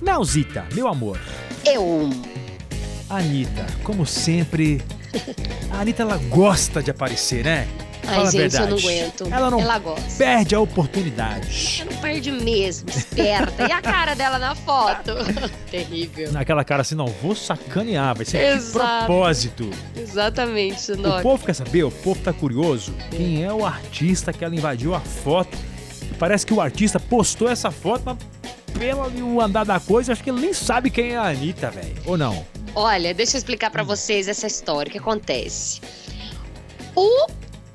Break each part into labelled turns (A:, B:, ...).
A: Nauzita, meu amor.
B: Eu.
A: Anitta, como sempre. A Anitta, ela gosta de aparecer, né?
B: Ai,
A: Fala a
B: gente,
A: verdade.
B: eu não aguento.
A: Ela não
B: gosta.
A: perde a oportunidade.
B: Ela não perde mesmo, esperta. E a cara dela na foto? Terrível.
A: Naquela cara assim, não, vou sacanear, vai ser de
B: Exato.
A: propósito.
B: Exatamente,
A: O
B: Snock.
A: povo quer saber, o povo tá curioso. Quem é o artista que ela invadiu a foto? Parece que o artista postou essa foto, mas pelo andar da coisa, acho que ele nem sabe quem é a Anitta, velho. Ou não?
B: Olha, deixa eu explicar pra vocês essa história. O que acontece? O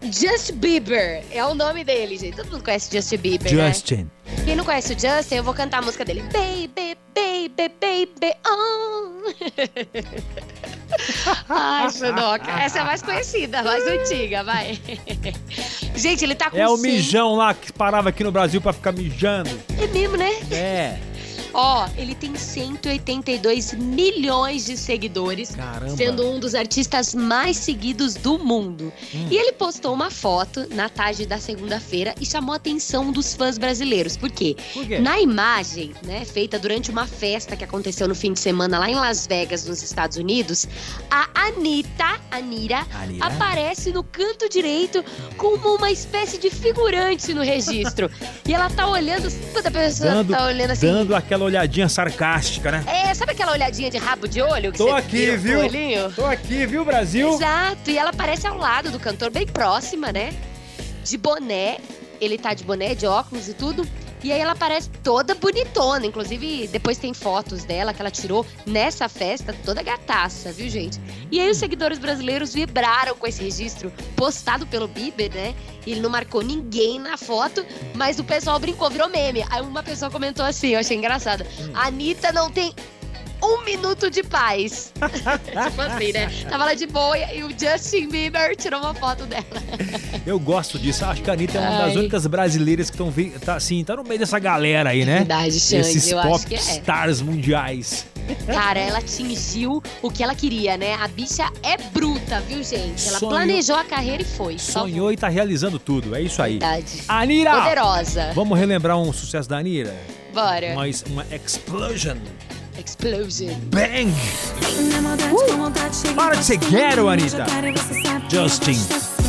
B: Justin Bieber é o nome dele, gente. Todo mundo conhece Justin Bieber, né?
A: Justin.
B: Quem não conhece o Justin, eu vou cantar a música dele. Baby, baby, baby, on. Ai, Sudoka. Essa é a mais conhecida, a mais antiga, vai. Gente, ele tá com
A: É o
B: 100.
A: mijão lá que parava aqui no Brasil pra ficar mijando.
B: É mesmo, né?
A: É.
B: Ó, ele tem 182 milhões de seguidores.
A: Caramba.
B: Sendo um dos artistas mais seguidos do mundo.
A: Hum.
B: E ele postou uma foto na tarde da segunda-feira e chamou a atenção dos fãs brasileiros. Por quê?
A: Por quê?
B: Na imagem, né, feita durante uma festa que aconteceu no fim de semana lá em Las Vegas, nos Estados Unidos, a Anitta, Anira,
A: Anira?
B: aparece no canto direito como uma espécie de figurante no registro. e ela tá olhando, toda pessoa
A: Dando-
B: tá olhando assim.
A: Dando aquela olhadinha sarcástica, né?
B: É, sabe aquela olhadinha de rabo de olho? Que
A: Tô
B: você
A: aqui,
B: vira com
A: viu?
B: o Olhinho?
A: Tô aqui, viu, Brasil?
B: Exato, e ela aparece ao lado do cantor, bem próxima, né? De boné, ele tá de boné, de óculos e tudo. E aí ela aparece toda bonitona, inclusive depois tem fotos dela que ela tirou nessa festa, toda gataça, viu, gente? E aí os seguidores brasileiros vibraram com esse registro postado pelo Bieber, né? Ele não marcou ninguém na foto, mas o pessoal brincou, virou meme. Aí uma pessoa comentou assim, eu achei engraçado. A Anitta não tem um minuto de paz. Tipo assim, né? Tava lá de boia e o Justin Bieber tirou uma foto dela.
A: Eu gosto disso. Acho que a Anitta é uma das
B: é. Ai.
A: únicas brasileiras que estão tá, assim, tá no meio dessa galera aí, né?
B: Verdade,
A: Esses
B: Xande, eu acho
A: pop
B: que é.
A: stars mundiais.
B: Cara, ela atingiu o que ela queria, né? A bicha é bruta, viu, gente? Ela
A: Sonhou-
B: planejou a carreira e foi. Só
A: Sonhou e tá realizando tudo. É isso aí. Tá.
B: Verdade.
A: Anira!
B: Poderosa.
A: Vamos relembrar um sucesso da Anira?
B: Bora.
A: Uma, uma explosion.
B: Explosion.
A: Bang!
C: Para de ser guero, Anitta. Justin